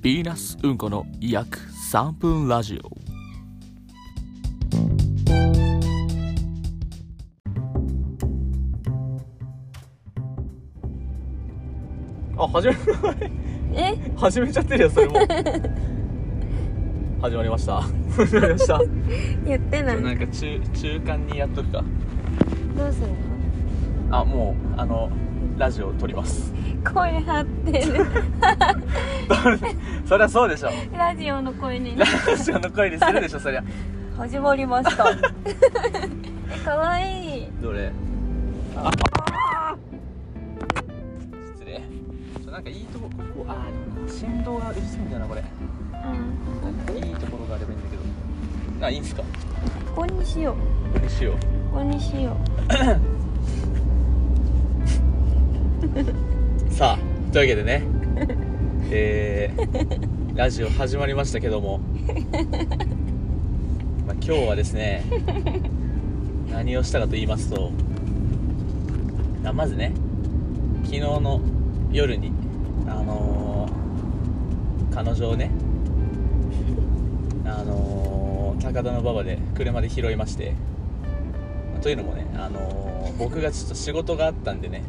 ヴィーナスうんこの約3分ラジオあ始め え始めちゃってるよそ れも始まりました 始まりました言ってないなんか中中間にやっとくかどうするのあもうあのラジオ撮ります声張ってるそりゃそう でしょラジオの声に ラジオの声にするでしょそりゃ始まりました えかわいいどれ失礼ちょなんかいいとこここあーでも振動がうるさいんだよなこれうんなんかいいところがあればいいんだけどあいいんすかこここにしようれにしようここにしよさあというわけでねえー、ラジオ始まりましたけども、まあ、今日はですね何をしたかと言いますとあまずね昨日の夜にあのー彼女をねあのー高田の馬場で車で拾いましてまあというのもね、あのー僕がちょっと仕事があったんでね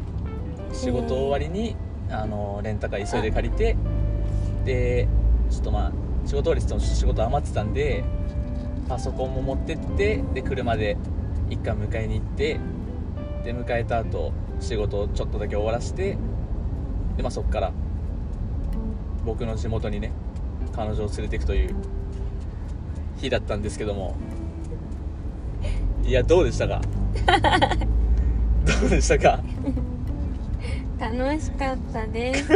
仕事終わりに、あのレンタカー急いで借りてでちょっとまあ仕事終わりって言っても仕事余ってたんでパソコンも持ってってで車で一回迎えに行ってで迎えた後仕事をちょっとだけ終わらしてで、まあ、そっから僕の地元にね彼女を連れていくという日だったんですけどもいやどうでしたかどうでしたかう楽しかったです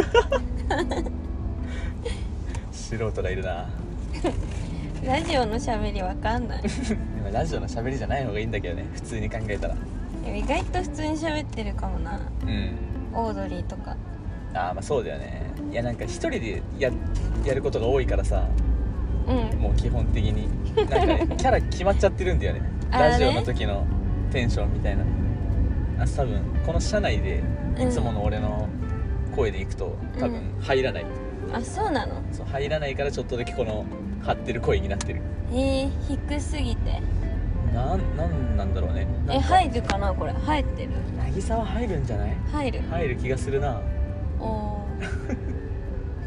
素人がいるなラジオのしゃべりわかんないでもラジオの喋りじゃない方がいいんだけどね普通に考えたらでも意外と普通にしゃべってるかもなうんオードリーとかああまあそうだよねいやなんか一人でややることが多いからさうんもう基本的になんか、 ね、キャラ決まっちゃってるんだよねあーねラジオの時のテンションみたいなあ多分この社内でいつもの俺の声でいくと多分入らない、あそうなのそう入らないからちょっとだけこの張ってる声になってるえー、低すぎてなんなんなんだろうねなんかえ入るかなこれ入ってる渚は入るんじゃない入る入る気がするなお ー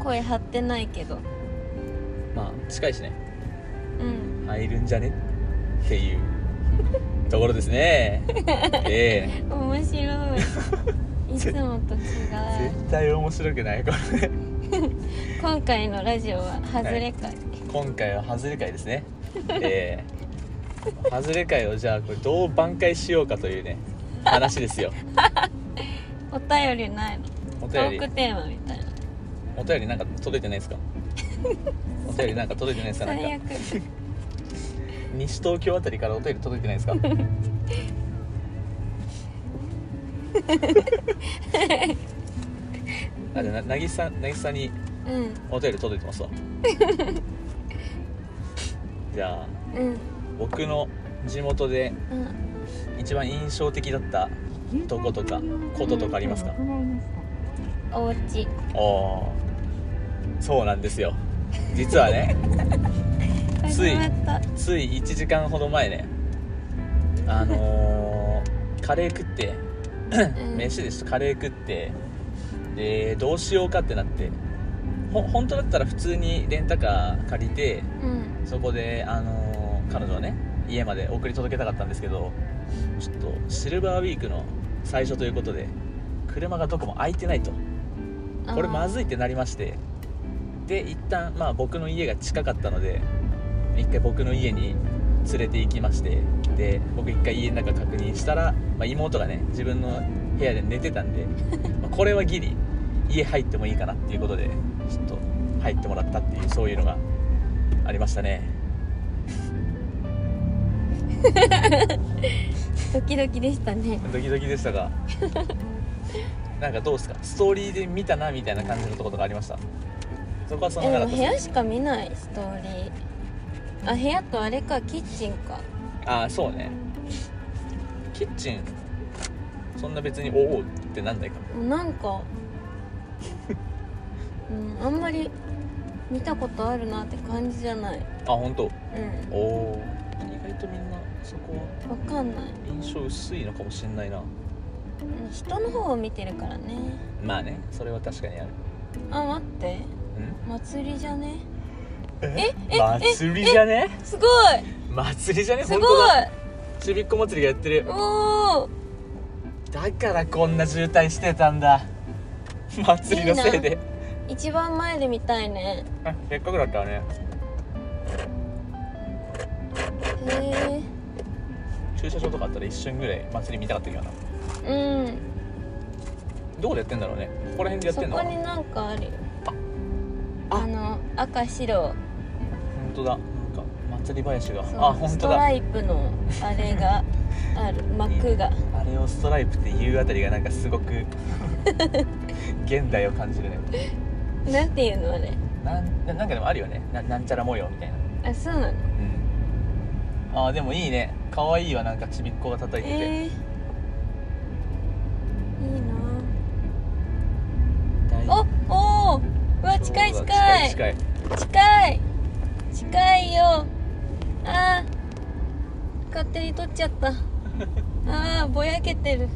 声張ってないけどまあ近いしねうん入るんじゃねっていうところですねえ 面白いいつもと違えう絶対面白くないこれ今回のラジオはハズレ会、今回は外れ会ですねええ外れ会をじゃあこれどう挽回しようかというね話ですよお便りないのおト便ーりクテーマみたいなお便りなんか届いてない ですかお便りなんか届いてないですかなん最か悪西東京あたりからお便り届いてない ですかあじゃあな渚渚にうんお便り届いてますわ じゃあうん僕の地元でうん一番印象的だったとことかこととかありますかお家おーそうなんですよ実はねつい始まったつい1時間ほど前ねあのー、カレー食ってうん飯ですカレー食ってでどうしようかってなってほ本当だったら普通にレンタカー借りてうんそこで、あのー彼女はね家まで送り届けたかったんですけどちょっとシルバーウィークの最初ということで車がどこも空いてないとこれまずずいってなりましてで一旦まあ僕の家が近かったので一回僕の家に連れて行きましてで僕一回家の中確認したら、まあ、妹がね自分の部屋で寝てたんで、まあこれはギリ家入ってもいいかなっていうことでちょっと入ってもらったっていうそういうのがありましたねドキドキでしたねドキドキで したがなんかどうですかストーリーで見たなみたいな感じのところがありましたそこはそんでなかもった部です屋しか見ないストーリーあ部屋とあれかキッチンかああそうねキッチンそんな別におおって なんないかもなんか、うん、あんまり見たことあるなって感じじゃないあ本当うおおー意外とみんなそこはんわかんない、印象薄いのかもしれないなうん、人の方を見てるからねまあねそれは確かにあるあ待ってうん祭りじゃねえ祭りじゃねすごい祭りじゃねすご本い当だちびっこ祭りがやってるおおだからこんな渋滞してたんだ祭りのせいで一番前で見たいねあせっかくだったらねへ駐車場とかあったら一瞬ぐらい祭り見たかったけどなえうんどこでやってんだろうねここら辺でやっそてんのこかなになんかあるよああの赤白本当だなんか祭り林がそあう本ス当トだライプのあれが ある幕があれをストライプっていうあたりがなんかすご く現代を感じるねなんていうのあれなんななんかでもあるよねななんちゃら模様みたいなあそうなのうんあーでもいいね可愛いわなんかちびっこが叩いてて、えー、いい大なおおーうわ近いそうだ近い近い近い近いよあー勝手に取っちゃ ったあーぼやけ てる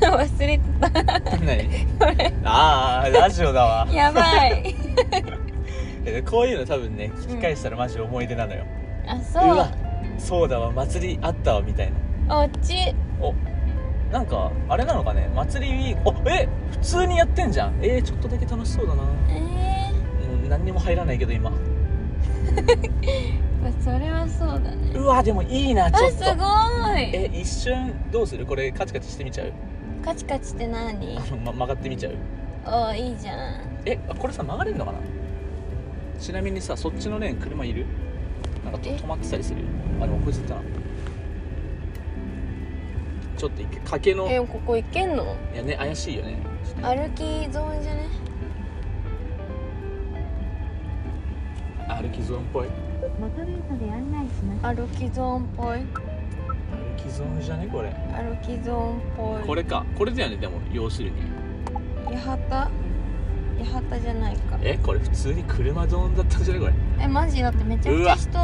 忘れて近い 何ああラジオだわたやばいえこういうの多分ね聞き返したらマジ思い出なのよ、あうそうわそうだわ祭りあったわみたいなおっちおなんかあれなのかね祭りウィークおえ普通にやってんじゃんえー、ちょっとだけ楽しそうだな、ええうん、何にも入らないけど今ーまあ、それはそうだねうわでもいいなあちょっすとごいえ一瞬どうするこれカチカチしてみちゃうカチカチって何あの、ま、曲がってみちゃうおいいじゃんえあこれさ曲がれるのかなちなみにさそっちのレーン車いるなんかとえ止まってたりするあれこっち行ったなちょっと一回賭けのいえここ行けんのやね怪しいよね歩きゾーンじゃね歩き損っぽい元ルートで案内します。歩きゾーンっぽい歩き損じゃねこれ歩きゾーンっぽいこれかこれだよねでも要するに八幡八幡じゃないかえこれ普通に車ゾーンだったんじゃねこれえマジだってめちゃくうちゃわ人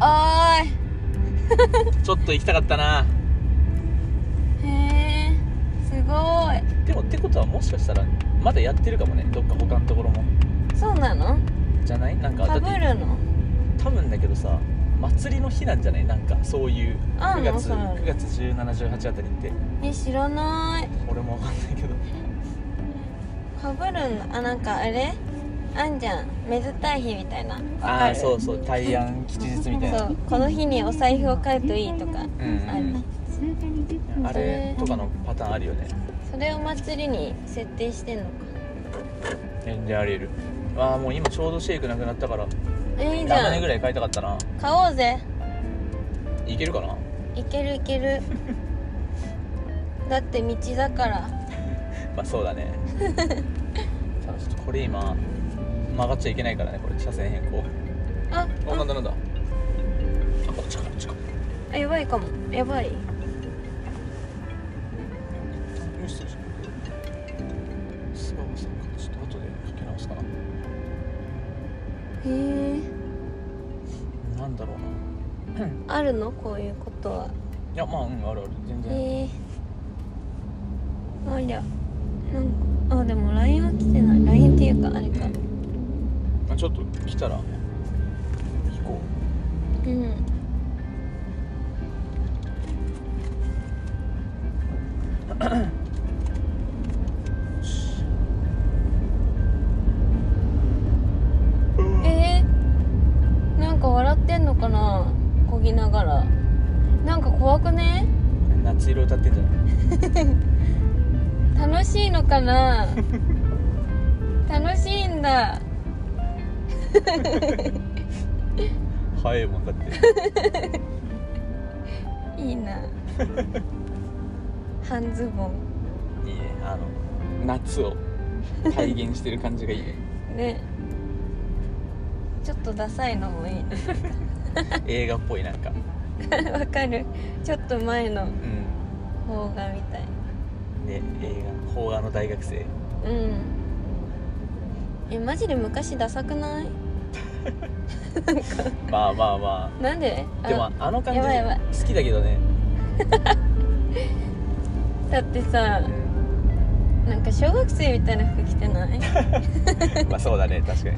あーちょっと行きたかったないへえすごいでもってことはもしかしたらまだやってるかもねどっか他のところもそうなのじゃないなんかだかっぶてるの多分だけどさ祭りの日なんじゃないなんかそういうあ9んの月それ9月1718あたりってえ知らない俺もわかんないけどかぶるんあなんかあれあんじゃんめでたい日みたいなわあかあるそうそう大安吉日みたいなそうこの日にお財布を買うといいとかうんあるね通過20分。あれとかのパターンあるよねそれを祭りに設定してんのか全然ありえるああもう今ちょうどシェイクなくなったからえいいじラムゃネぐんらい買いたかったな買おうぜいけるかないけるいけるだって道だからまあそうだ ねただちょっとこれ今曲がっちゃいけないからねこれ車線変更あおなんだなんだあこっちかこっちかあやばいかもやばいよしよしスバさんかちょっと後でかけ直すかなへえなんだろうないあるのこういうことはやまあうんあるある全然へえありゃなんかあでも LINE は来てない LINE っていうかあれかまあちょっと来たら行こうんう、えー、なんか笑ってんのかなこぎながらなんか怖くね夏色歌ってんじゃない楽しいのかな楽しいんだ早いもんだっていいな半ズボンいいねあの夏を体現してる感じがいいねねちょっとダサいのもいい 映画っぽいなんかなわかるちょっと前のうん邦画みたいね映画邦画の大学生うんえマジで昔ダサくないまあまあまなんであでもあの感じやばいやばい好きだけどねだってさなんか小学生みたいな服着 てない流まあそうだね確かに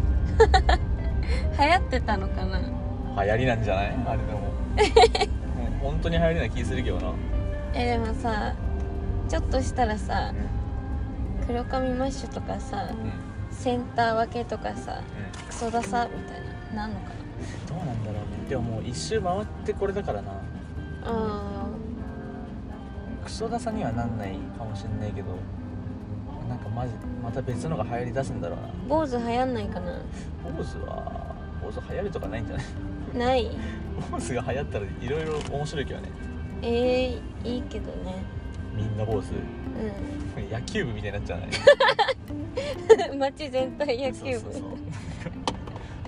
行ってたのかな流行りなんじゃないあれで もうん本当に流行りな気するけどな、えでもさちょっとしたらさ黒髪マッシュとかさうんうんセンター分けとかさクソダサみたいななんのかなどうなんだろうねでももう一周回ってこれだからなあクソダサにはなんないかもしんないけどなんかマジまた別のが流行り出すんだろうなー坊主流行んないかな坊主は坊主流行るとかないんじゃない ない坊主が流行ったらいろいろ面白いけどねえー、いいけどねみんな坊主う野球部みたいになっちゃわないん 街全体野球部そうそうそう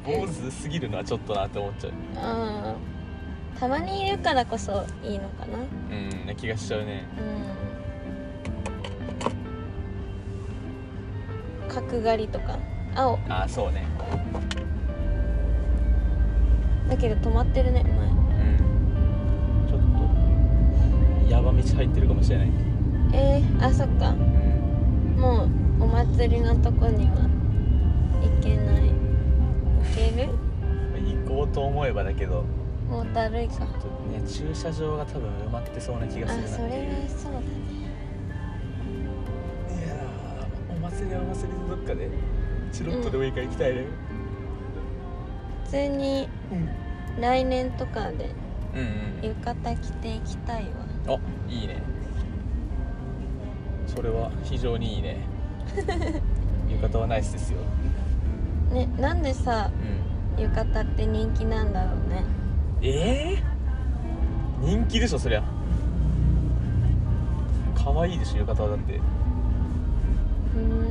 坊主すぎるのはちょっとなって思っちゃうあーたまにいるからこそいいのかなうん気がしちゃうねうん角刈りとか青ああそうねだけど止まってるねうんちょっとやば道入ってるかもしれない、前えー、あそっかもうお祭りのとこには行けない行ける行こうと思えばだけどもうだるいかちょっとね駐車場が多分埋まってそうな気あがするなってそいうれはそうだねいやーお祭りはお祭りでどっかでチロッとでもいいから行きたいね普通にうん、来年とかでうんうん浴衣着ていきたいわあいいねそれは非常にいい ね浴衣はナイスですよ、ねなんでさうん、浴衣って人気なんだろうねええ人気でしょそりゃ可愛いでしょ浴衣はだってうーこん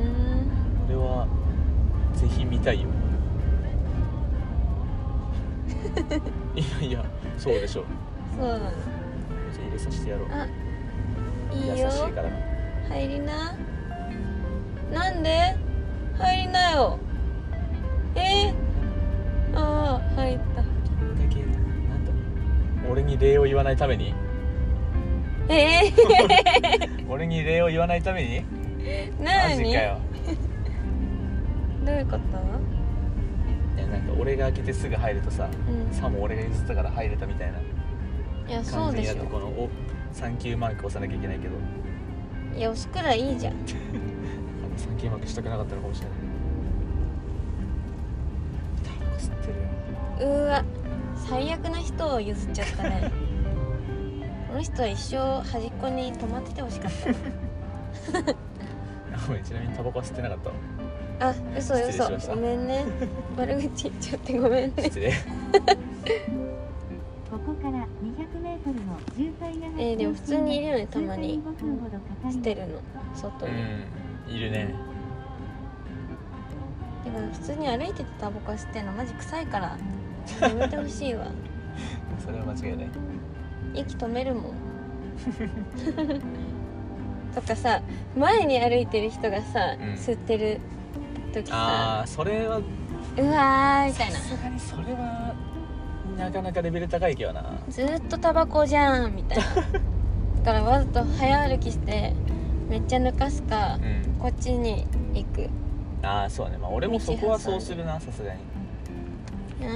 れはぜひ見たいよ いやいやそうでしょそうなのじゃあ入れさせてやろうあいい優よしいからな入りななんで入りなよえー、ああ入っただけなんだ俺に礼を言わないためにえ俺に礼を言わないためにー、なマージかによどういうこといやなんか俺が開けてすぐ入るとさうんさも俺が譲ったから入れたみたいないやそ感うじでになっしてょこのおサンキューマーク押さなきゃいけないけどいや押すくらいいいじゃんサンキューマークしたくなかったのかもしれないタバコ吸ってるようーわ最悪な人を譲っちゃった ねこの人は一生端っこに泊まっててほしかっあご めんちなみにタバコは吸ってなかったわたあ嘘失礼し嘘ましたごめんね悪口言っちゃってごめんね失 礼ここから200メートルの渋滞が発生しますえーでも普通にいるよねたまに通過5分ほどかかり捨てるの外うに、んいるねでも普通に歩いててタバコ吸ってんのマジ臭いからやめてほしい わそれは間違いない息止める もんとかさ前に歩いてる人がさ、うん吸ってる時さああそれはうわーみたいなさすがにそれはなかなかレベル高いけどなずーっとタバコじゃんみた いなだからわざと早歩きしてめっちゃ抜かすかうんこっちに行くああそうねまあ俺もそこはそうするなさすがに、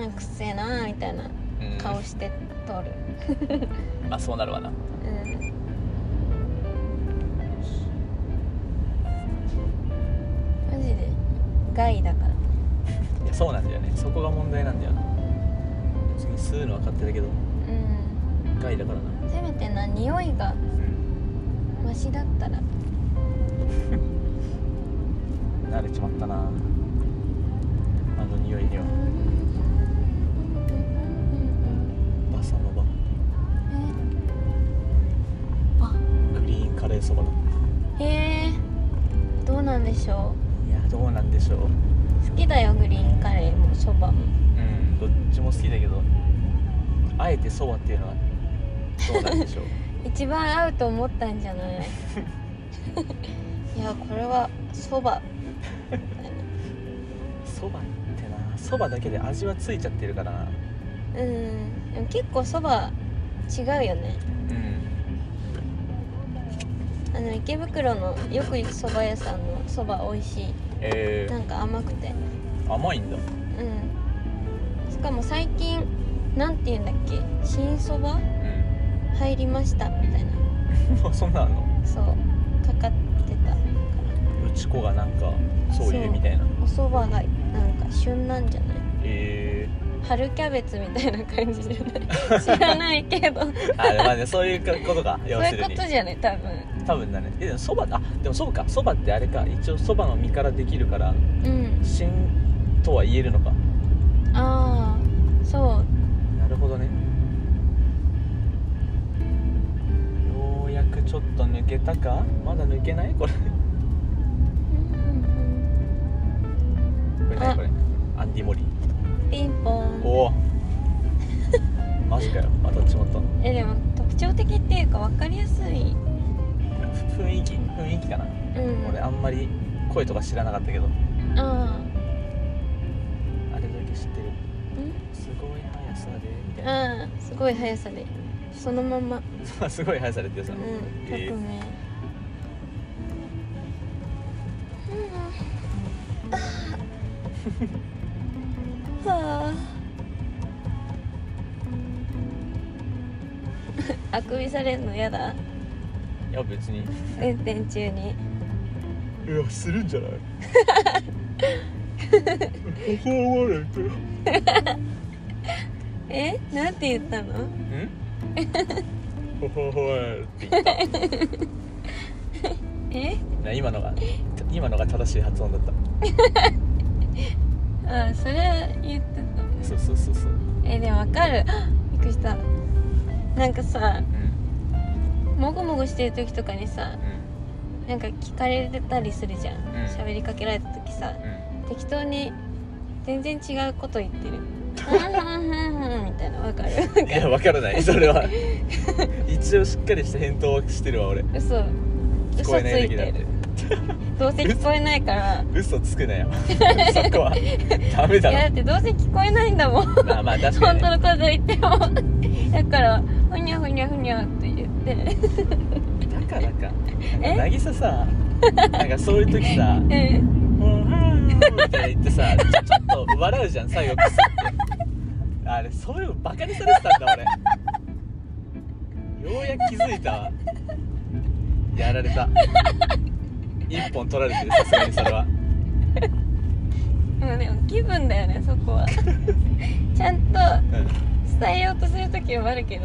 うんくせえなーみたいなうん、顔して通るまあそうなるわなうんマジで害だからいやそうなんだよねそこが問題なんだよな別に吸うのは勝手だけどうん害だからな、せめてな匂いがマシだったら慣れちまったなあの匂いにはバサノバグリーンカレーそばだえへえどうなんでしょいやどうなんでしょうう好きだよグリーンカレーもそばもうんどっちも好きだけどあえてそばっていうのはどうなんでしょう 一番合うと思ったんじゃないいやこれはそばそばってなそばだけで味はついちゃってるからなうんでも結構そば違うよねうんあの池袋のよく行くそば屋さんのそば美味しえいなんか甘くてー、甘いんだうんしかも最近なんて言うんだっけ新そばう入りましたみたいなんもう そんなあんのそうかかってたうち子がなんかそういうみたいなおそばがなんか旬なんじゃないえ春キャベツみたいな感じじゃない知らないけどそうえー、あまあねそういうことか要すいうるこにとじゃない多分多分だねえでもそばあでもそうかそばってあれか一応そばの実からできるからうん芯とは言えるのかああそうなるほどねようやくちょっと抜けたかまだ抜けないこれこうんれ何これアンディモリうんピンポンおおマジかよ当たっちまったえでも特徴的っていうか分かりやすいふ雰囲気雰囲気かな、うん俺あんまり声とか知らなかったけどああれだけ知ってるーすごい速さでみたいうんなあーすごい速さでそのまま すごい速さでってうさ、んえ革ー命うんはああくびされるのやだいや別に運転中にいやするんじ ゃないここは悪いけどえなんて言ったのんほほほえって言ったえ な今のが今のが正しい発音だったあそれ言ってたそうそうそうそうえでもわかる びっくりしたなんかさうんもごもごしてる時とかにさうんなんか聞かれたりするじゃんん喋、りかけられた時さうん適当に全然違うこと言ってるうんうんうんうんみたいなわかるいや分からないそれ は一応しっかりした返答をしてるわ俺嘘聞嘘こつえないい時だっててるどうせ聞こえないから嘘つくなよそこはダメいやだだってどうせ聞こえないんだもんろまあまあ確か本に、当ね、のこと言ってもだからふにゃふにゃふにゃって言ってだからかえ渚さなんかそういう時さ「うんおはよう」みたいな言ってさちょちょっと笑うじゃん最後くすってあれそういうのバカにされてたんだ俺ようやく気づいたわやられた一本取られてるさすがにそれはでもね気分だよねそこはちゃんとうんう伝えようとする時もあるけど、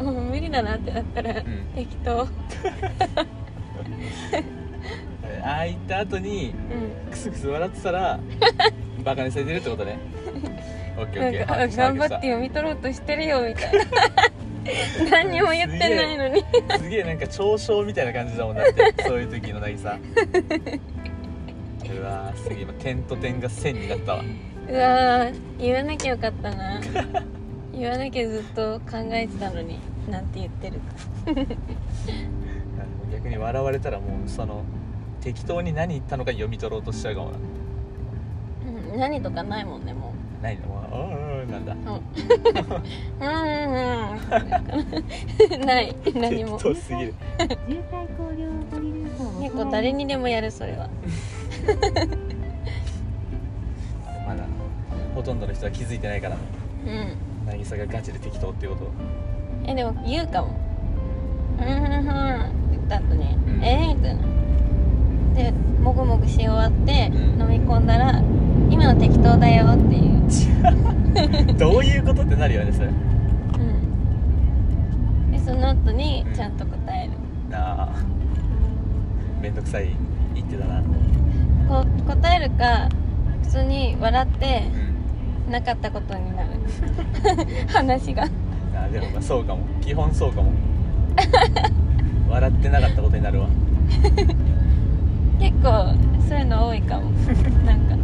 うもう無理だなってなったら、ん適当ああ言った後にうんクスクス笑ってたらバカにされてるってことねオッケーオッなケんーかあ頑張って読み取ろうとしてるよみ たいな何にも言ってないのにすげえなんか嘲笑みたいな感じだもんだってそういう時の渚うわーすげえ今点と点が線になったわうわー言わなきゃよかっ たな言わなきゃずっと考えてたのになんて言ってるか逆に笑われたらもうその適当に何言ったのか読み取ろうとしちゃうかもなうん何とかないもん ねもないのもうあーなんだううんうんう んない何も適当すぎる渋滞考慮を取りルートを結構誰にでもやるそれはまだほとんどの人は気づいてないからうん渚がガチで適当っていうことをえでも言うかも「うんうんうん」って言った後に「うんえーみたいなでもぐもぐし終わって、うん飲み込んだら「今の適当だよ」っていう、どういうことってなるよねそれうん、でその後にうんちゃんと答える、なあめんどくさい言ってたなこ答えるか普通に笑ってうんなかったこと になる話があでもまあそうかも基本そうかも 笑ってなかったことになるわ結構そういうの多いかもなんか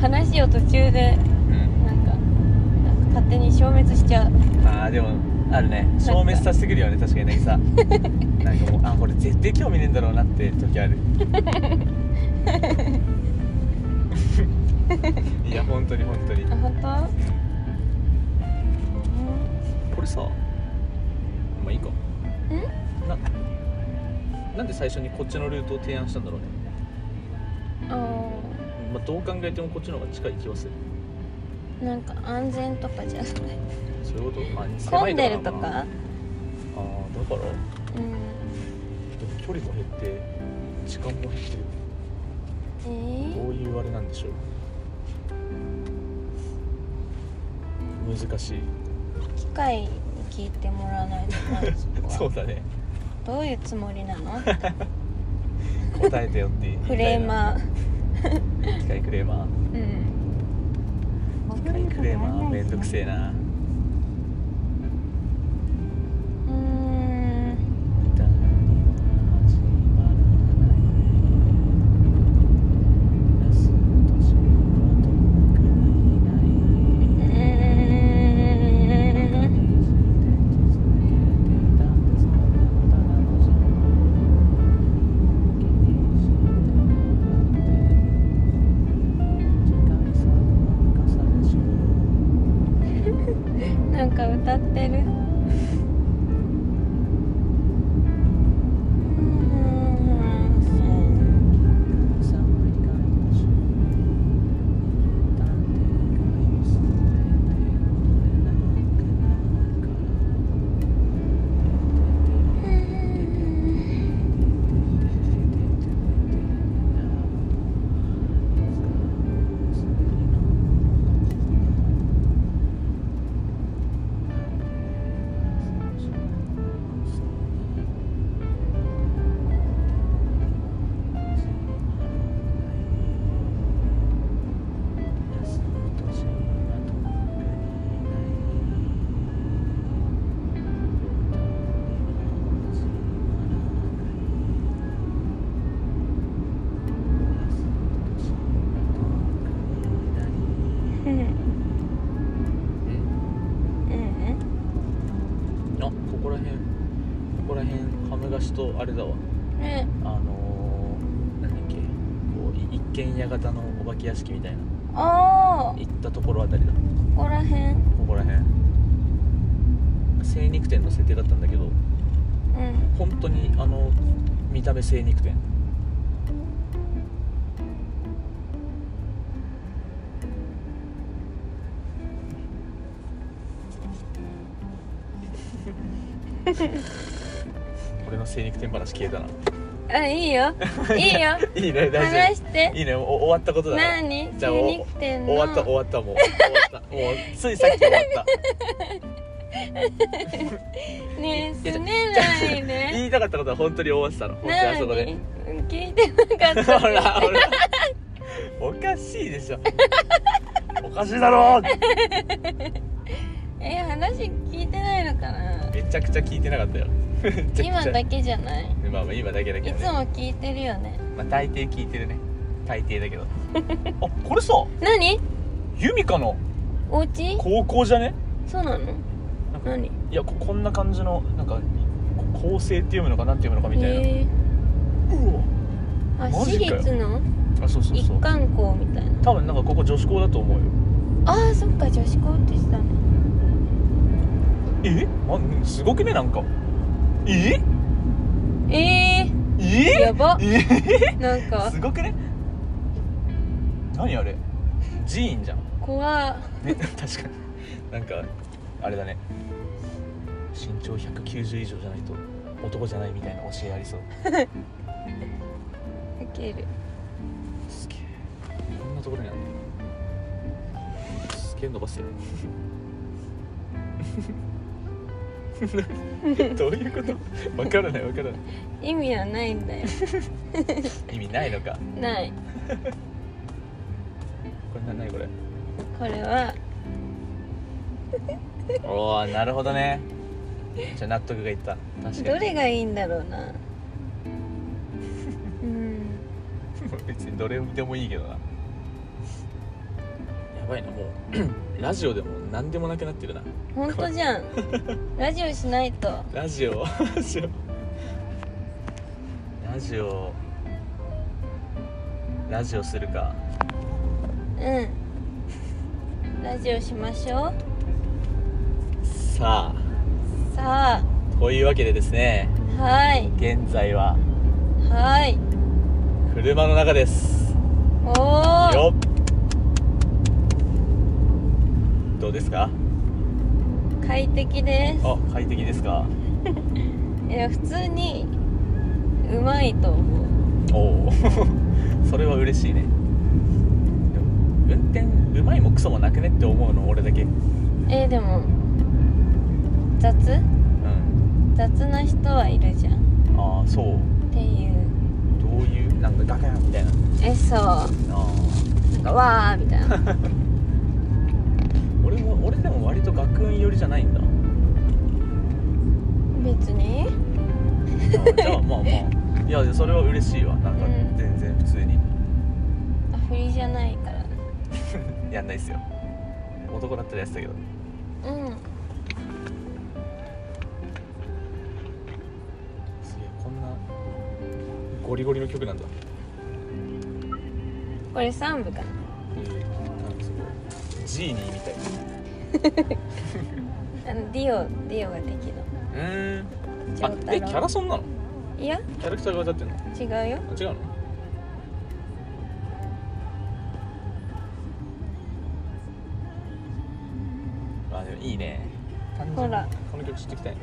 話を途中でうんなんかなんか勝手に消滅しちゃうあーでもあるね消滅させてくるよね確かにねさなんかもうあこれ絶対興味ねえんだろうなって時 あるいや本当に本当にあ本これさまあいいか当んななんで最初にこっちのルートを提案したんだろうね、あまあ、どう考えてもこっちの方が近い気はするーなんか安全とかじゃないそういうこと、まあ、狭混いんだでろるうなとかああだからうんでも距離も減って時間も減ってえーどういうあれなんでしょう難しい機械に聞いてもらわないとなそ こそはうだねどういうつもりなの 答えてよって言いフレーマーー機械クレーマーうん機械クレーマーめんどくせえなうーんうーんなんか歌ってる。うーんうんうんあここら辺ここら辺ハムガシとあれだわねあのー、何だっけこうい一軒家型のお化け屋敷みたいなああ行ったところあたりだこここら辺うんこら辺精肉店の設定だったんだけど本当にあの見た目精肉 店俺の精肉店話消えたなあい いよいいよいい ね大丈夫話していいねお終わったことだな何じゃあお精肉店の終わった終わったもう終わったもうついさっき終わ ったねいえやすねない言ねいたかったことは本当に終わってたの本当にあ何そこで聞いてなか ほったらほらおかしいでしょおかしいだろえ話聞いてないのかなめちゃくちゃ聞いてなかったよめちゃくちゃ今だけじゃないまあまあ今だけだけいどつねも聞いてるよねまあ大抵聞いてるね大抵 だけどあこれさ何ユミカのお家高校じゃねそうなのなんか何いやここんな感じのなんかこ構成って読むのかなんて読むのかみたいな、えうわー、あマ私ジかよ立のあそうそうそ一う貫校みたいな多分なんかここ女子校だと思うよあーそっか女子校って言ってたねえあすごくねなんかえええー、やばえなんかすごくね何あれ寺院じゃん怖ね 確かになんかあれだね身長190以上じゃないと男じゃないみたいな教えありそうウケるすげえこんなところにあるんだすげえ伸ばしてる どういうことわからないわからない意味はない んだよ意味ないのかないこれな何これこれはおおなるほどねじゃあ納得がいった確かどにれがいいんだろう なうん別にどれでもいいけどなやばいなもう ラジオでも何でもなくなってるな本当じゃ んラジオしないとラジオ ラジオラジオラジオするかうんラジオしましょうさあさあというわけでですねはい現在ははい車の中ですおよっどうですかお快適ですあ快適ですかいや普通にうまいと思うおお それは嬉しいねでも運転うまいもクソもなくねって思うの俺だけうんえーでも雑雑な人はいるじゃんっああそうていうどういうなんかガガンみたいなえそうあーなんかわーみたい な俺も俺でも割と学運寄りじゃないんだあ別にーじゃ あまあまあいやそれは嬉しいわなんかうん全然普通に、あ振りじゃないからやんないっすよ男だったらやってたけどうんすげえこんなゴリゴリの曲なんだこれ3部かななんかすごいジーニーみたいあのディオディオができるうん丈あ太郎えキャラソンなのいやキャラクターが歌ってんの違うよあ違うのあでもいいね単純にほらこの曲知ってきたいな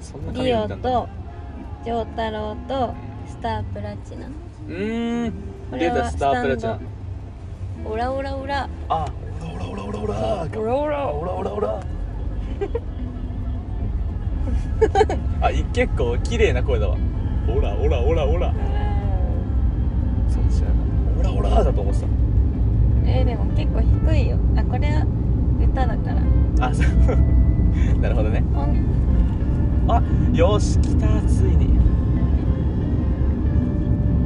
そんなデ影ィがオ出たんだと丈太郎とスタープラチナうーこんれ出はたスタープラチスナタンオラオラオラあオラオラオラオラオラオラオラオラオラオ ラあい結構綺麗な声だわオラオラオラオラそう違うなオラオラだと思ってえーでも結構低いよあこれは歌だからたあそう なるほどねほんあよし来たついに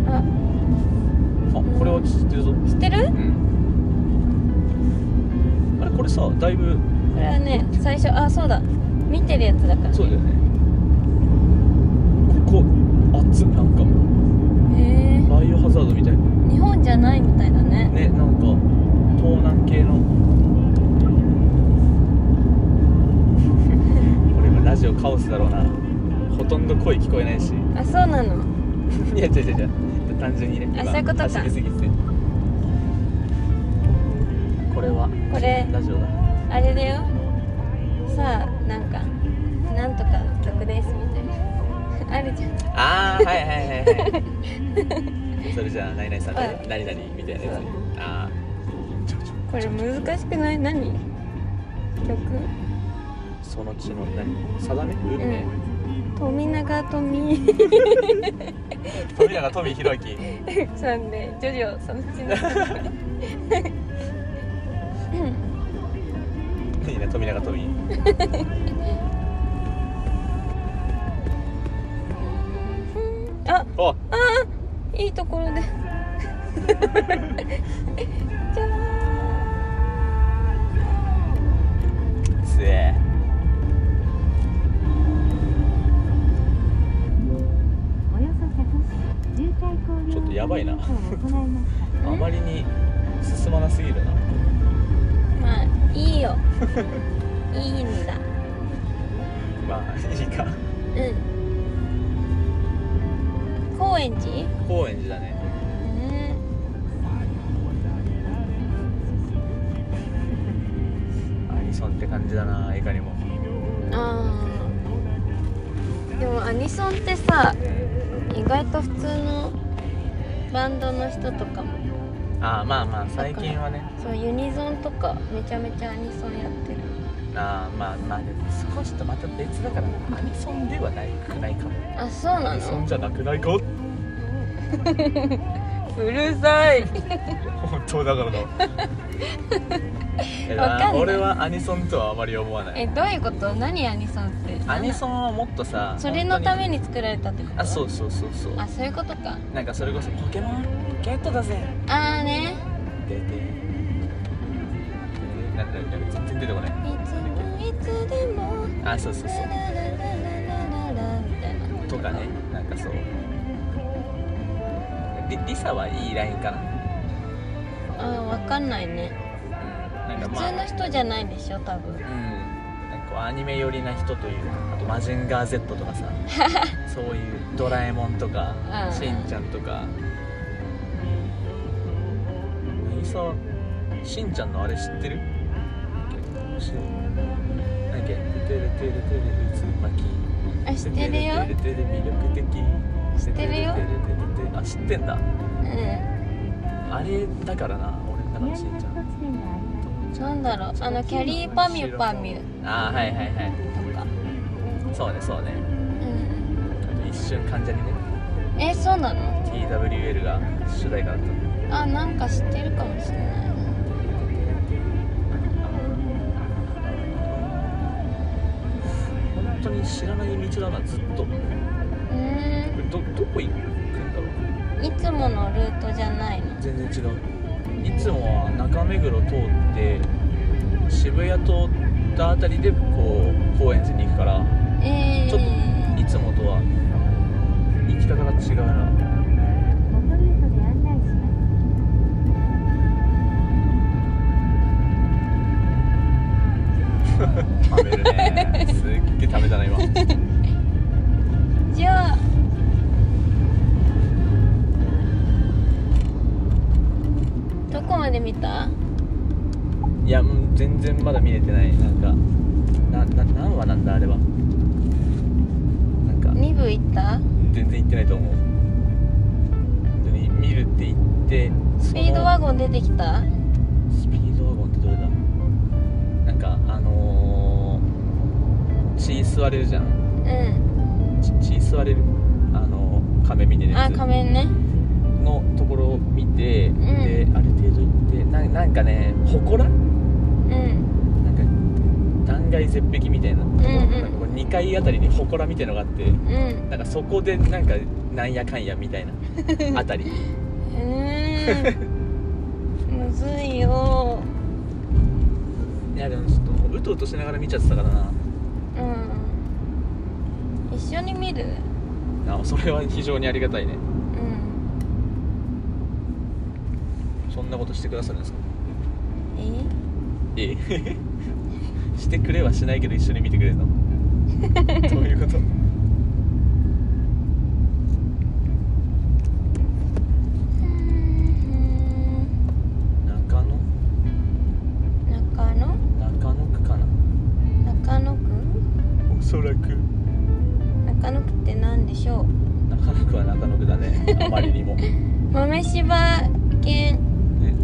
ああこれは知ってるぞ知ってるうんあれこれさだいぶこれはね最初あそうだ見てるやつだからそうだよねここ熱っなんかへえバイオハザードみたいー日本じゃないみたいだねねなんか東南系 の俺今ラジオカオスだろうなほとんど声聞こえないしあそうなの いや違う違う違う単純にねあ今そういうことか走りすぎてこれはこれラジオだあれだよさあなんかなんとかの曲ですみたいなあるじゃんああはいはいはいはい それじゃあ何々さんはで何々みたいなやつねああこれ難しくない何曲その血の何定め運命富永富富永富弘樹さんでジョジョそのうちのうんいいね富永富 あおあーいいところで じゃーんつえおよそ100渋滞考慮ちょっとやばいなを行いましたあまりに進まなすぎるなまあいいよいいんだまあいいかうん高円寺高円寺だねうんアニソンって感じだないかにもあーでもアニソンってさ意外と普通のバンドの人とかもああまあまあ最近はねそうユニゾンとかめちゃめちゃアニソンやってるああまあまあでも少しとまた別だからなアニソンではないくないかもあそうなアニソンのじゃなくないか うるさい本当だから だえわかんない俺はアニソンとはあまり思わなえいどういうこと何アニソンってアニソンンはもっとさそれのためにに作られたってことあそうそうそうそうあそういうことかなんかそれこそポケモンゲットだぜああね出てなんだっけあれ全然出てこないつもいつでもあそうそうそラララララララみたいなうとかねなんかそうリリサはいいラインかなあわかんないねうんなんか普まあ通の人じゃないでしょ多分うんなんかこうアニメ寄りな人というあと「マジンガー Z」とかさそういう「ドラえもん」とかう「んしんちゃん」とか何さしんちゃんのあれ知ってるしなんだっけ「てるてるてる渦巻き」あ知ってるよてるてるてる魅力的知ってるよてるてるてるてるあ知ってんだうあれだからな俺の中宮のし城んちゃん発突点があります。んなんだろうあのキャリーパミュパミュあーはいはいはいとかそうねそうねうあんと一瞬関ジャニねえそうなの TWL が主題歌だったんであなんか知ってるかもしれないな本当に知らない道だなずっとこうーれどどこ行くんだろうんいつものルートじゃないの全然違ういつもは中目黒通って渋谷通ったあたりでこう高円寺に行くからえー、ちょっといつもとは行き方が違うな元ルートで案内します。食べるねすっげえ食べたな今じゃあどこまで見たいやもう全然まだ見れてないなんかなな何話なんだあれはなんか2部行った全然行ってないと思う本当に見るって言ってスピードワゴゴン出てきたンスピードワゴンってどれだなんかあのー、血吸われるじゃんうん血血吸われるあのー、亀峰のやあつ仮面ねのところを見て、んである程度行ってななんかね祠うんなんか断崖絶壁みたいな,、んなんかこう2階あたりに祠みたいのがあってうんなんかそこでなんかなんやかんやみたい なあたりう ーんむずいよいやでもちょっともううとうとしながら見ちゃってたからなうん一緒に見るあそれは非常にありがたいねうんそんなことしてくださるんですかえええ してくれはしないけど一緒に見てくれる のどういうことうん中野中野中野区かな中野区おそらく中野区って何でしょう中野区は中野区だねあまり にもね豆柴犬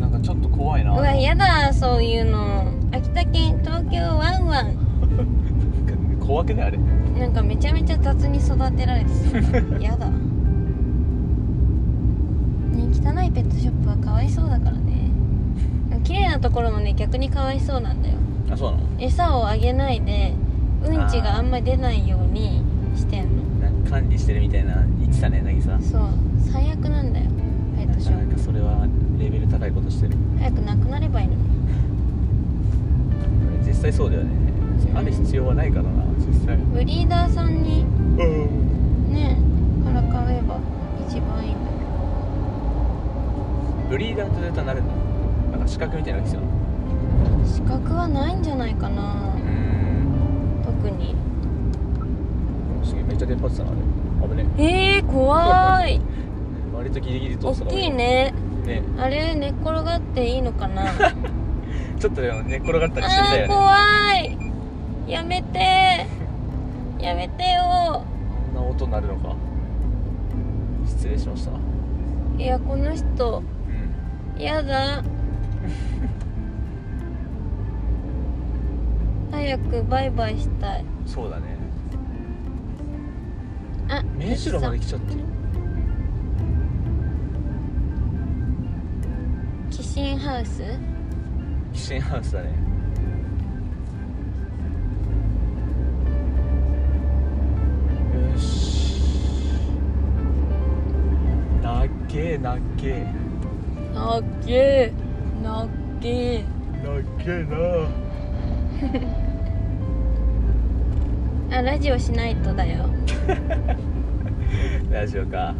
なんかちょっと怖いうなわやだそういうの秋田県東京ワンワなンんか怖くないあれなんかめちゃめちゃ雑に育てられてそうやだね汚いペットショップはかわいそうだからねでも綺麗なところもね逆にかわいそうなんだよあそうなの餌をあげないでうんちがあんまり出ないようにしてんのなんか管理してるみたいな言ってたね渚そう最悪なんだよペットショなッんプかそれはレベル高いことしてる早くなくなればいいのに実際そうだよねある必要はないからな実際ブリーダーさんにうんねから買えば一番いいんだブリーダーと出たらなるのなんか資格みたいなのが必要なの資格はないんじゃないかなうん特にすげえめっちゃ出っ張ってたなあれ危ねえー、怖 いえ割とギリギリ通大したからきいねねあれ寝っ転がっていいの かなあちょっとでも寝っ転がったりしてみたいーよね怖いやめてやめてよこんな音鳴るのか失礼しましたういやこの人んや だ早くバイバイしたいそうだねあ目白まで来ちゃってキシンハウスキシンハウスだねよしなっけーなっけーなっけーなっけーっけえなあラジオしないとだよラジオか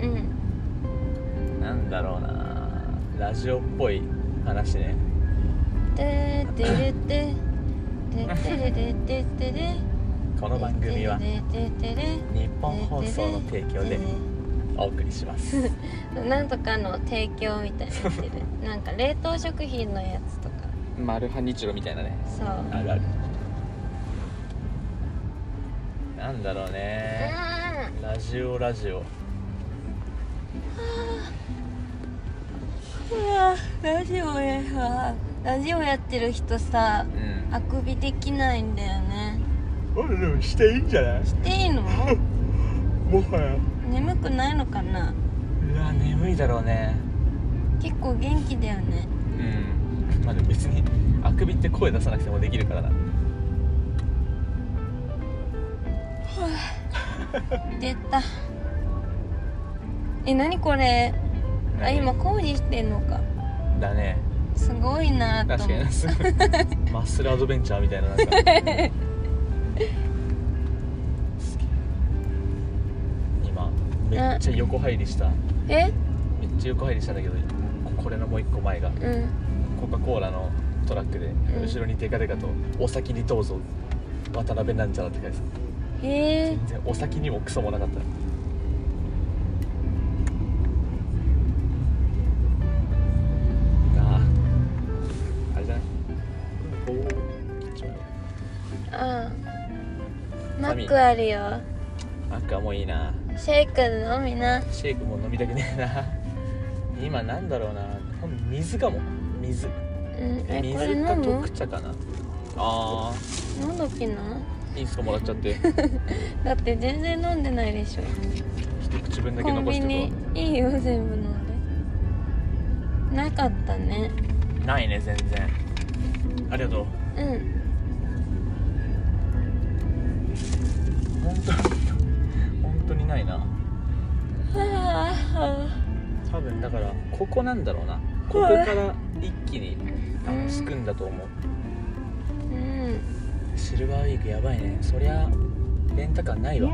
うんなんだろうなラジオっぽい話ねてーてれてててれてててれこの番組は日本放送の提供でお送りしますなんとかの提供みたいになってる なんか冷凍食品のやつとかマルハニチロみたいなねそうあるあるなんだろうねうラジオラジオんうわラジオやさラジオやってる人さうんあくびできないんだよね俺でもしていいんじゃないしていい のもはや眠くないのかなうわ眠いだろうね結構元気だよねうんまあでも別にあくびって声出さなくてもできるからな出たえ何これあ何今工事してんのかだねすごいなと確か思うに マッスルアドベンチャーみたいななんかすげえ今めっちゃ横入りしたえめっちゃ横入りしたんだけどここれのもう一個前がうんコカ・コーラのトラックで、ん後ろにデカデカと「お先にどうぞ渡辺なんちゃら」って書いてたえ全然お先にもクソもなかったああれじゃないこうこっちまでー、あーマックあるよマックはもういいなシェイク飲みなシェイクも飲みたくねえな今なんだろうな多分水かも水うんえこれ水飲かむ特茶かなあ飲んどきなーいいんすかもらっちゃって だって全然飲んでないでしょ一口分だけコン残ビしてニいいよ全部飲んでなかったねくないね全然ありがとううん本当に本当に ないなはあ多分だからここなんだろうなここから一気にあのすくんだと思ううんシルバーウィークやばいねそりゃレンタカーないわ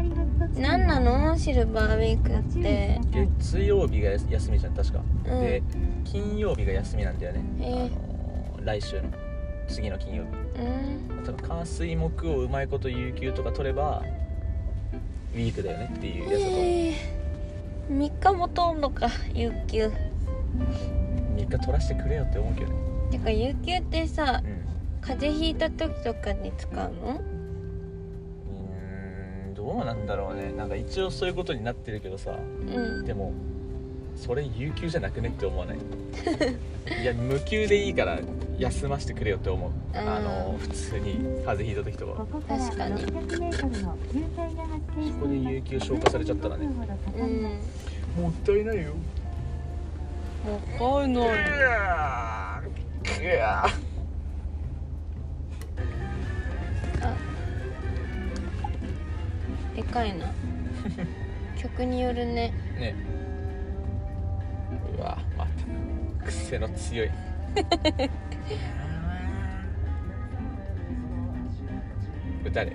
何なのシルバーウィークって月曜日がやす休みじゃん確か、うんで金曜日が休みなんだよね、えーあのー来週の次の金曜日うん多分火水木をうまいこと有給とか取ればウィークだよねっていうやつだと思うえー、3日もとんのか有給3日取らせてくれよって思うけどねてか有給ってさうん風邪ひいた時とかに使うのうーんどうなんだろうねなんか一応そういうことになってるけどさうんでもそれ有給じゃなくねって思わない いや無給でいいから休ませてくれよって思うあーあの普通に風邪ひいた時とかここから確かに600メートルの渋滞が発生しここで有給消化されちゃったらねうんももったいないようわかんないあでかい な曲によるねねうわまた癖の強 いこれ誰ん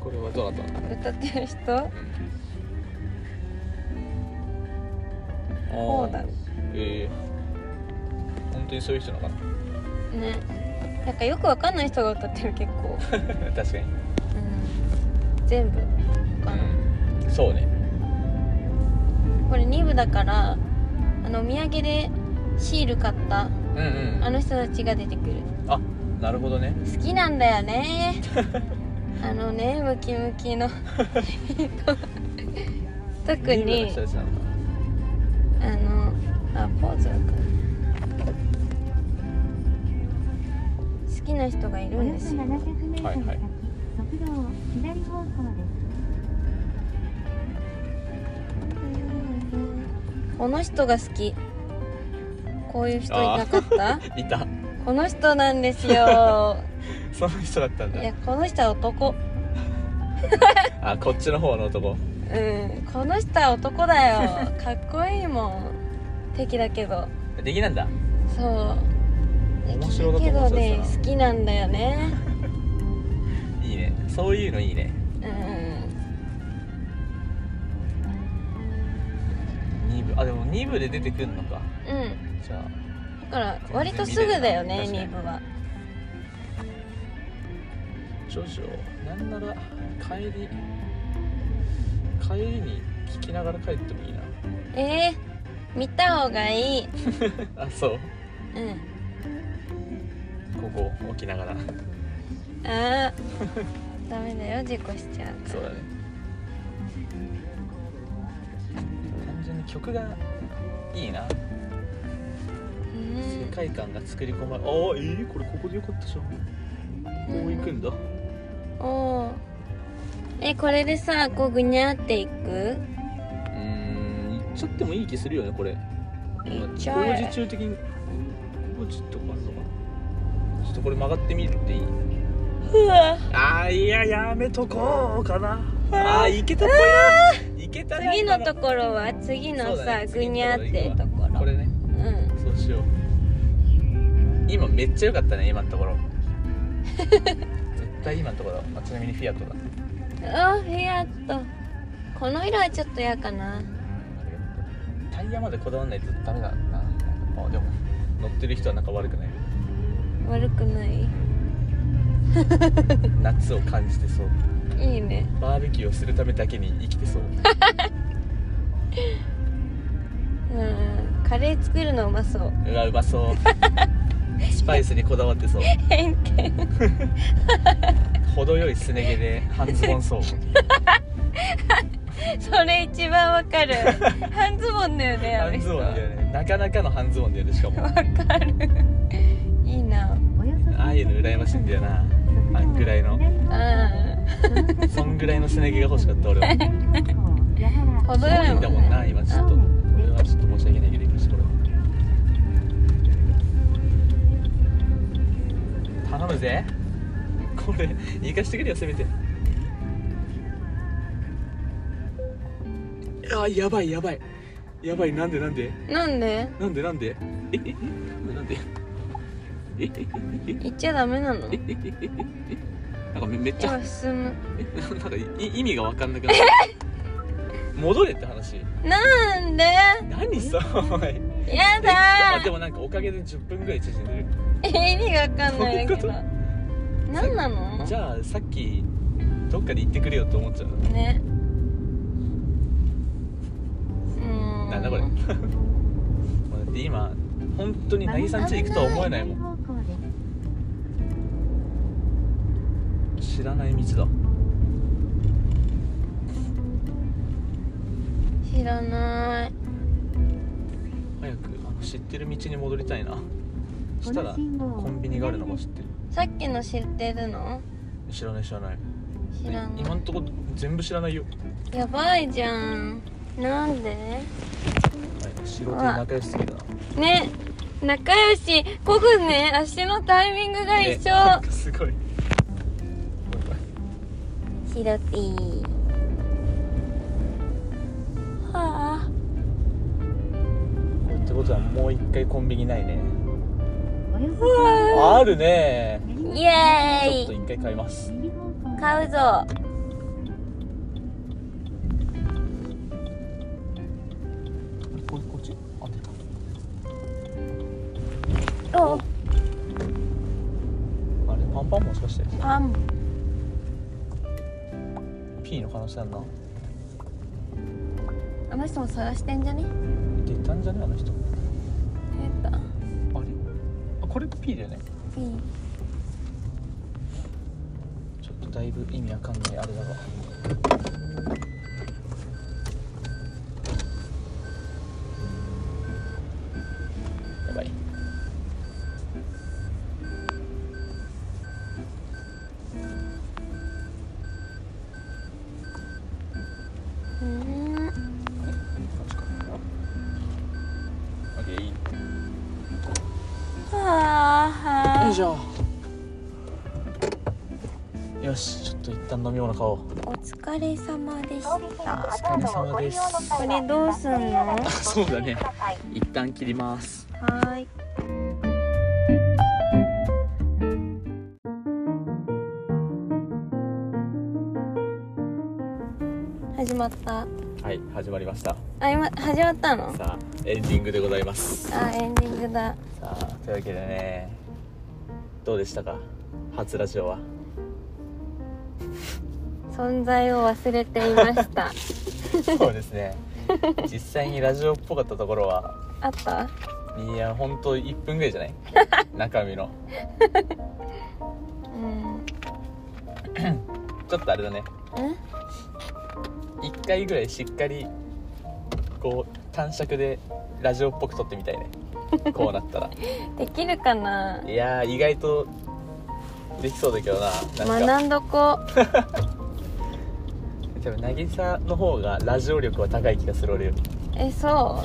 これはどなた歌ってる人こあうだあねえー、本当にそういう人 なのかななんかよくわかんない人が歌ってる結構、確かにうん、全部かなうんそうねこれ2部だからあのお土産でシール買ったうんうんあの人たちが出てくるあなるほどね好きなんだ よねあのねムキムキの特リーにブの人たちなのかあのあポーズか好きな人がいるおんよでそすよ700メートル先、速道を左方向です。この人が好きこういう人いなかったいた この人なんですよその人だったんいだやこの人は男あこっちの方の男うんこの人は男だよかっこいいもん敵だけど敵なんだそう面白だとけ思どっちゃねって好きなんだよねたないいねそういうのいいねうん2部あでも2部で出てくんのかうんじゃだから割とすぐだよね確かに2部はあジョジョなんなら帰り帰りに聞きながら帰ってもいいな えー、見た方がいいあそううここ置きながらん あーダメだよ事故しちゃうからそうだね単純に曲がいいなうん世界観が作り込まれああえー、これここでよかったじゃんこう行くんだおーえこれでさこうぐにゃっていくうーん行っちゃってもいい気するよねこれ行っちゃ工え事中的に工事とかあるのかなちょっとこれ曲がってみるっていいうわあーいややめとこうかなあーあーいけたっぽいないけたな次のところは次今のそうださねぐ次のにゃってところこれねうんそうしよう今めっちゃ良かったね今のところ絶対今のところあちなみにフィアットだあフィアットこの色はちょっと嫌かなタイヤまでこだわらないとダメだなあでも乗ってる人はなんか悪くない悪くない夏を感じてそういいねバーベキューをするためだけに生きてそううんカレー作るのうまそううわうまそうスパイスにこだわってそう偏見程よいすね毛で半ズボンそうそれ一番 わかる半ズボンだよねあの半ズ人ボンだよねなかなかの半ズボンだよねしかもわかるいいなおよそああいうの羨ましいんだよなあんぐらいのうそんぐらいのすね毛が欲しかった俺はん程よいんだももんんなね今ちょっと俺はちょっと申し訳ないけど今ちょっとこれ頼むぜこれ行かしてくれよせめてあやばいやばいやばいなんでなんでなんでなんでなんでえええなんでなんでええええ言っちゃダメなのええええなんかめめっちゃ今進むえなんかい意味が分かんなくなった戻れって話なんで何さお前やあだでもなんかおかげで10分ぐらい縮んでるー意味がわかんないんだけどどういなんなのじゃあさっきどっかで行ってくれよと思っちゃうねうーんなんだこれもうだって今本当に渚んち行くとは思えないもんん知らない道だ知らない早くあの知ってる道に戻りたいなそしたらコンビニがあるのも知ってるさっきの知ってるの知らない知らない知らな今んとこ全部知らないよ、いやばいじゃんなんではい、素人に仲良しすぎだなね仲良しこぐね足のタイミングが一ねな緒んかすごいごめんごめんヒロピーはあってことはもう一回コンビニないねおようそあるねイちょっエとーイ一回買います右方向買うぞここっち当てたおあれパンパンもしかしてパン P の可能性あるなあの人も探してんじゃね出たんじゃねあの人えっとあれあこれ P だよねピンちょっとだいぶ意味わかんないあれだがやばいふーんこっちかオッケーはあはよあいしょよしちょっと一旦飲み物買おうお疲れ様でしたお疲れ様ですこれどうすんのはそうだね一旦切りますーい始まったはい始まりましたあ今始まったのさあエンディングでございますさあエンディングだあというわけでねどうでしたか初ラジオは存在を忘れていました そうですね実際にラジオっぽかったところはあったいやほんと1分ぐらいじゃない中身のうんちょっとあれだねえ1回ぐらいしっかりこう短尺でラジオっぽく撮ってみたいねこうなったらできるかないやー意外とできそうだけどななんか、学んどこ多分渚の方がラジオ力は高い気がする俺よりえそ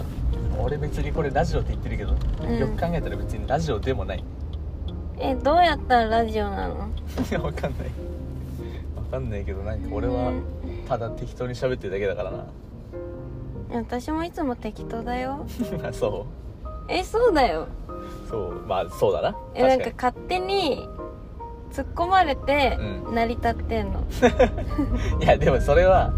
俺別にこれラジオって言ってるけど、うんよく考えたら別にラジオでもない うえどうやったらラジオなのわかんないわかんないけどなんか俺はただ適当に喋ってるだけだからな 私もいつも適当だよ まあそえそうだようそうまあそうだなえなん確かかに勝手に突っ込まれてう成り立ってんの、 いやでもそれは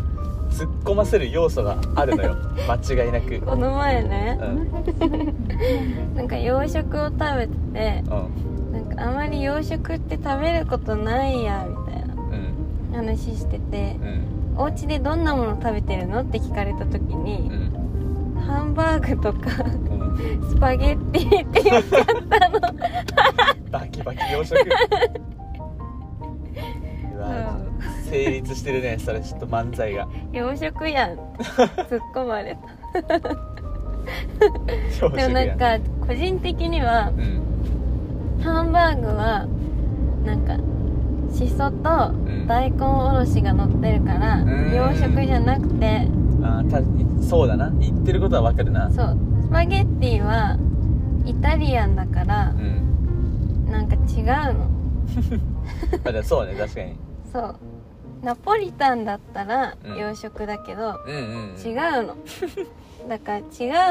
突っ込ませる要素があるの よ間違いなくこの前ねうお待んたせしました。なんか洋食を食べててうんなんかあまり洋食って食べることないやみたいなうん話しててうんお家でどんなもの食べてるのって聞かれた時にう、んハンバーグとかうんスパゲッティって言っちゃったのバキバキ洋食 う わうん成立してるねそれちょっと漫才が洋食やん突っ込まれた洋食でやもなんか個人的にはうんハンバーグはなんかしそとん大根おろしが乗ってるから、ん洋食じゃなくてあーたそうだな言ってることはわかるなそうスパゲッティはイタリアンだからうんなんか違うのまあでもそうね確かにそうナポリタンだったらうん洋食だけど、うんうん、うん、違う のだから違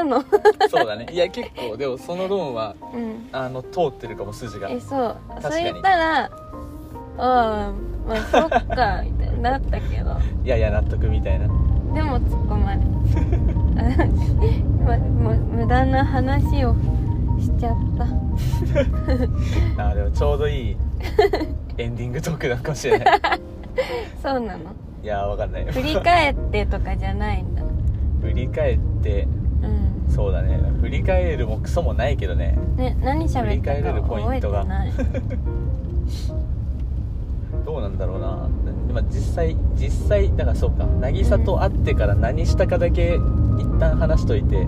うのそうだねいや結構でもその論はうんあの通ってるかも筋がえそう確そかにれ言ったらああまあそっかみたいになったけどいやいや納得みたいなでも突っ込まれたまむ無駄な話をしちゃったあーでもちょうどいいエンディングトークなのかもしれ ないそうなのいやーわかんない振り返ってとかじゃないんだ振り返ってうんそうだね振り返るもクソもないけどねね何喋ったか覚えてないどうなんだろうなまあ実際実際だからそうか渚と会ってから何したかだけ一旦話しといてう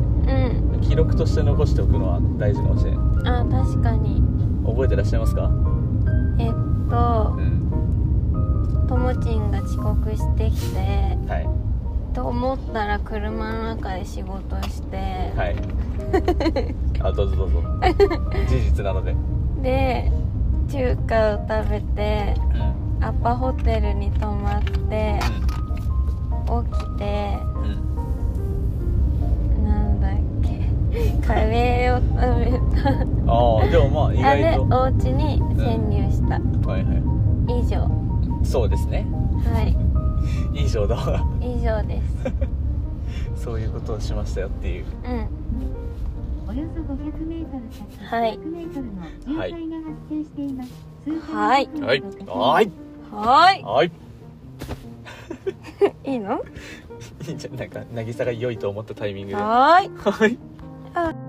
記録として残しておくのは大事かもしれないんあ確かに覚えてらっしゃいますかえっとんともちんが遅刻してきてはいと思ったら車の中で仕事して、はい あどうぞどうぞ事実なのでで中華を食べてうんアパホテルに泊まって起きてうんうんなんだっ けカレーを食べたああでもまあ意あれ外とお家に潜入した、はいはい以上そうですねはい以上だわ以上です そういうことをしましたよっていううんおよそ500メートル先、はい100メートルの渋滞が発生しています。はいはいはいはーはい いいいのいいんじゃんなんか渚が良いと思ったタイミングではーいはい